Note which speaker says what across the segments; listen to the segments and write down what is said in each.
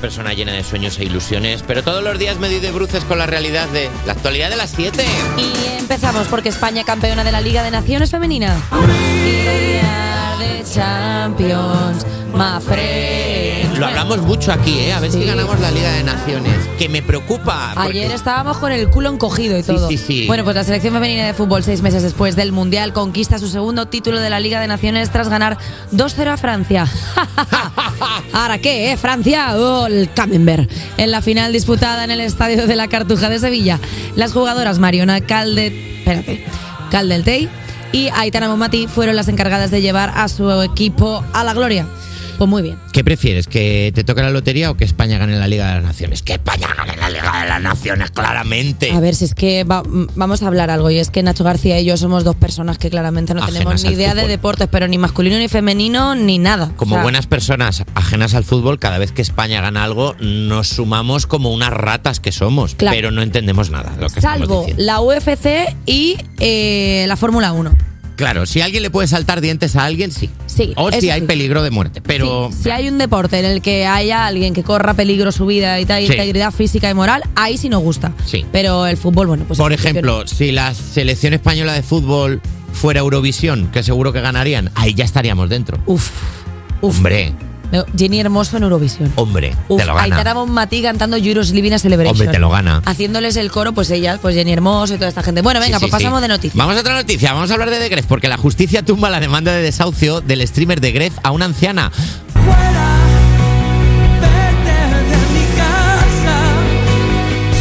Speaker 1: persona llena de sueños e ilusiones, pero todos los días me doy de bruces con la realidad de la actualidad de las 7.
Speaker 2: Y empezamos porque España campeona de la Liga de Naciones Femenina. Liga de Champions, my friend.
Speaker 1: Lo hablamos mucho aquí, ¿eh? A ver si ganamos la Liga de Naciones. Que me preocupa. porque-
Speaker 2: Ayer estábamos con el culo encogido y todo.
Speaker 1: sí, sí.
Speaker 2: Bueno, pues la selección femenina de fútbol, seis meses después del Mundial, conquista su segundo título de la Liga de Naciones tras ganar 2-0 a Francia. ¿Ahora qué, eh? Francia o el Camembert. En la final disputada en el Estadio de la Cartuja de Sevilla, las jugadoras Mariona Calde... Espérate. Caldeltey y Aitana Momati fueron las encargadas de llevar a su equipo a la gloria. Pues muy bien.
Speaker 1: ¿Qué prefieres? ¿Que te toque la lotería o que España gane la Liga de las Naciones? Que España gane la Liga de las Naciones, claramente.
Speaker 2: A ver, si es que va- m- vamos a hablar algo, y es que Nacho García y yo somos dos personas que claramente no
Speaker 1: Ajenas
Speaker 2: tenemos ni
Speaker 1: al
Speaker 2: idea de
Speaker 1: fútbol.
Speaker 2: deportes, pero ni masculino ni femenino ni nada.
Speaker 1: Como
Speaker 2: O sea,
Speaker 1: buenas personas ajenas al fútbol, cada vez que España gana algo, nos sumamos como unas ratas que somos,
Speaker 2: Claro.
Speaker 1: pero no entendemos nada. de Lo que estamos
Speaker 2: Salvo
Speaker 1: diciendo.
Speaker 2: la UFC y eh, la Fórmula 1.
Speaker 1: Claro, si alguien le puede saltar dientes a alguien, sí.
Speaker 2: Sí,
Speaker 1: O si
Speaker 2: eso
Speaker 1: hay
Speaker 2: sí.
Speaker 1: peligro de muerte. Pero
Speaker 2: Si hay un deporte en el que haya alguien que corra peligro su vida y tal,
Speaker 1: Sí.
Speaker 2: integridad física y moral, ahí sí nos gusta.
Speaker 1: Sí.
Speaker 2: Pero el fútbol, bueno, pues...
Speaker 1: Por
Speaker 2: en principio
Speaker 1: ejemplo, si la selección española de fútbol fuera Eurovisión, que seguro que ganarían, ahí ya estaríamos dentro.
Speaker 2: no. Uf, uf.
Speaker 1: Hombre,
Speaker 2: No, Jenny Hermoso en Eurovisión.
Speaker 1: hombre,
Speaker 2: Uf,
Speaker 1: te lo gana.
Speaker 2: Aitana Bonmatí cantando Euros Living a Celebration.
Speaker 1: Hombre, te lo gana.
Speaker 2: Haciéndoles el coro, pues ella, pues Jenny Hermoso y toda esta gente. Bueno, venga,
Speaker 1: Sí,
Speaker 2: pues
Speaker 1: sí, sí.
Speaker 2: pasamos de noticias.
Speaker 1: Vamos a otra noticia, vamos a hablar de The Gref, porque la justicia tumba la demanda de desahucio del streamer The Gref a una anciana.
Speaker 3: fuera, vete de mi casa,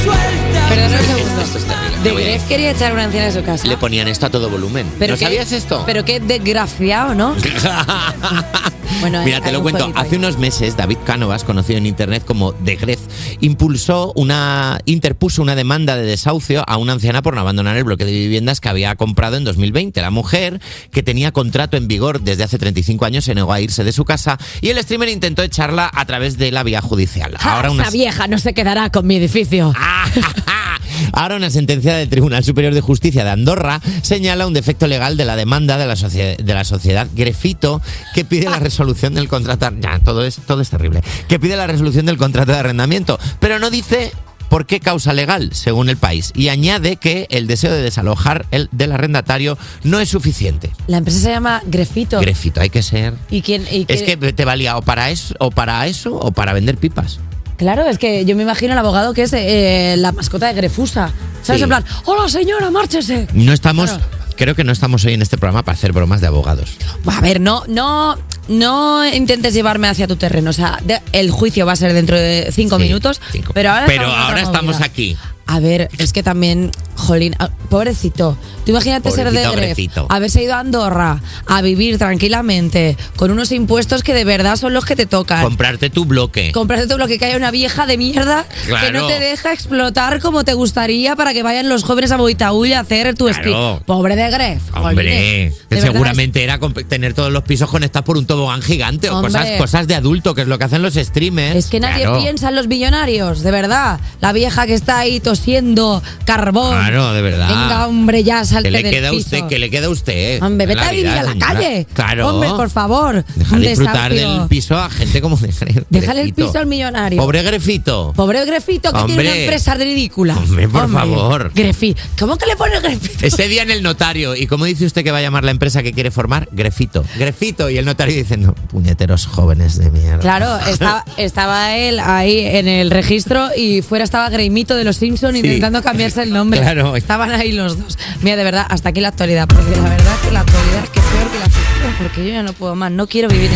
Speaker 3: suelta.
Speaker 2: Perdón un
Speaker 1: Esto
Speaker 2: segundo.
Speaker 1: está bien,
Speaker 2: De
Speaker 1: lo voy a
Speaker 2: Gref
Speaker 1: decir.
Speaker 2: quería echar a una anciana de su casa.
Speaker 1: Le ponían esto a todo volumen. ¿No
Speaker 2: qué-
Speaker 1: sabías esto?
Speaker 2: Pero qué desgraciado, ¿no? Bueno,
Speaker 1: Mira,
Speaker 2: hay-
Speaker 1: te
Speaker 2: hay
Speaker 1: lo
Speaker 2: un
Speaker 1: cuento.
Speaker 2: jueguito
Speaker 1: Hace
Speaker 2: ahí.
Speaker 1: unos meses, David Cánovas, conocido en internet como The Gref, impulsó una, interpuso una demanda de desahucio a una anciana por no abandonar el bloque de viviendas que había comprado en 2020. La mujer, que tenía contrato en vigor desde hace 35 años, se negó a irse de su casa y el streamer intentó echarla a través de la vía judicial.
Speaker 2: Ah,
Speaker 1: una
Speaker 2: Esa vieja no se quedará con mi edificio.
Speaker 1: Ah. Ahora una sentencia del Tribunal Superior de Justicia de Andorra señala un defecto legal de la demanda de la, socie- de la sociedad Grefito que pide la resolución del contrato. Ya, todo es, todo es terrible. Que pide la resolución del contrato de arrendamiento, pero no dice por qué causa legal, según el país. Y añade que el deseo de desalojar el, del arrendatario no es suficiente.
Speaker 2: La empresa se llama Grefito.
Speaker 1: Grefito, hay que ser.
Speaker 2: ¿Y quién? y
Speaker 1: Es que
Speaker 2: qué-
Speaker 1: te valía o para eso, o para eso, o para vender pipas.
Speaker 2: Claro, es que yo me imagino al abogado que es eh, la mascota de Grefusa. ¿Sabes?
Speaker 1: Sí.
Speaker 2: En plan, hola señora, márchese.
Speaker 1: No estamos,
Speaker 2: Claro.
Speaker 1: creo que no estamos hoy en este programa para hacer bromas de abogados.
Speaker 2: A ver, no, no, no intentes llevarme hacia tu terreno. O sea, de- el juicio va a ser dentro de cinco
Speaker 1: Sí,
Speaker 2: minutos.
Speaker 1: cinco.
Speaker 2: Pero ahora,
Speaker 1: Pero
Speaker 2: estamos, en otra
Speaker 1: ahora estamos
Speaker 2: movida.
Speaker 1: aquí.
Speaker 2: A ver, es que también, jolín, ah, pobrecito. Tú imagínate ser
Speaker 1: Pobrecito,
Speaker 2: de Gref,
Speaker 1: pobrecito.
Speaker 2: haberse ido a Andorra a vivir tranquilamente con unos impuestos que de verdad son los que te tocan.
Speaker 1: Comprarte tu bloque.
Speaker 2: Comprarte todo lo que cae una vieja de mierda que no
Speaker 1: Claro.
Speaker 2: te deja explotar como te gustaría para que vayan los jóvenes a Boitaúl a hacer tu
Speaker 1: Claro.
Speaker 2: street. Pobre de Gref. jolines.
Speaker 1: Hombre,
Speaker 2: De
Speaker 1: que
Speaker 2: verdad,
Speaker 1: seguramente era comp- tener todos los pisos conectados por un tobogán gigante o
Speaker 2: Hombre.
Speaker 1: cosas, cosas de adulto, que es lo que hacen los streamers.
Speaker 2: Es que nadie
Speaker 1: Claro.
Speaker 2: piensa en los millonarios, de verdad. La vieja que está ahí tosiendo carbón.
Speaker 1: Claro, de verdad.
Speaker 2: Venga, hombre, ya salte
Speaker 1: ¿Qué le
Speaker 2: del
Speaker 1: queda a
Speaker 2: piso.
Speaker 1: usted? ¿Qué le queda a usted?
Speaker 2: Hombre, vete
Speaker 1: La
Speaker 2: a vivir
Speaker 1: vida,
Speaker 2: a la
Speaker 1: señora.
Speaker 2: calle.
Speaker 1: Claro.
Speaker 2: Hombre, por favor.
Speaker 1: Deja
Speaker 2: Un
Speaker 1: disfrutar
Speaker 2: desahucio.
Speaker 1: del piso a gente como de Gre-
Speaker 2: Déjale el
Speaker 1: Grefito.
Speaker 2: piso al millonario.
Speaker 1: Pobre Grefito.
Speaker 2: Pobre Grefito, que tiene una
Speaker 1: Hombre.
Speaker 2: empresa ridícula.
Speaker 1: Hombre, por favor.
Speaker 2: Grefi. ¿Cómo que le pone Grefito?
Speaker 1: Ese día en el notario. ¿Y cómo dice usted que va a llamar la empresa que quiere formar? Grefito. Grefito. Y el notario diciendo, puñeteros jóvenes de mierda.
Speaker 2: Claro, estaba, estaba él ahí en el registro y fuera estaba Greimito de los Simpsons intentando cambiarse el nombre.
Speaker 1: Claro.
Speaker 2: Estaban ahí los dos. Mira, de verdad, hasta aquí la actualidad, porque la verdad es que la actualidad es que es peor que la ficción, porque yo ya no puedo más, no quiero vivir en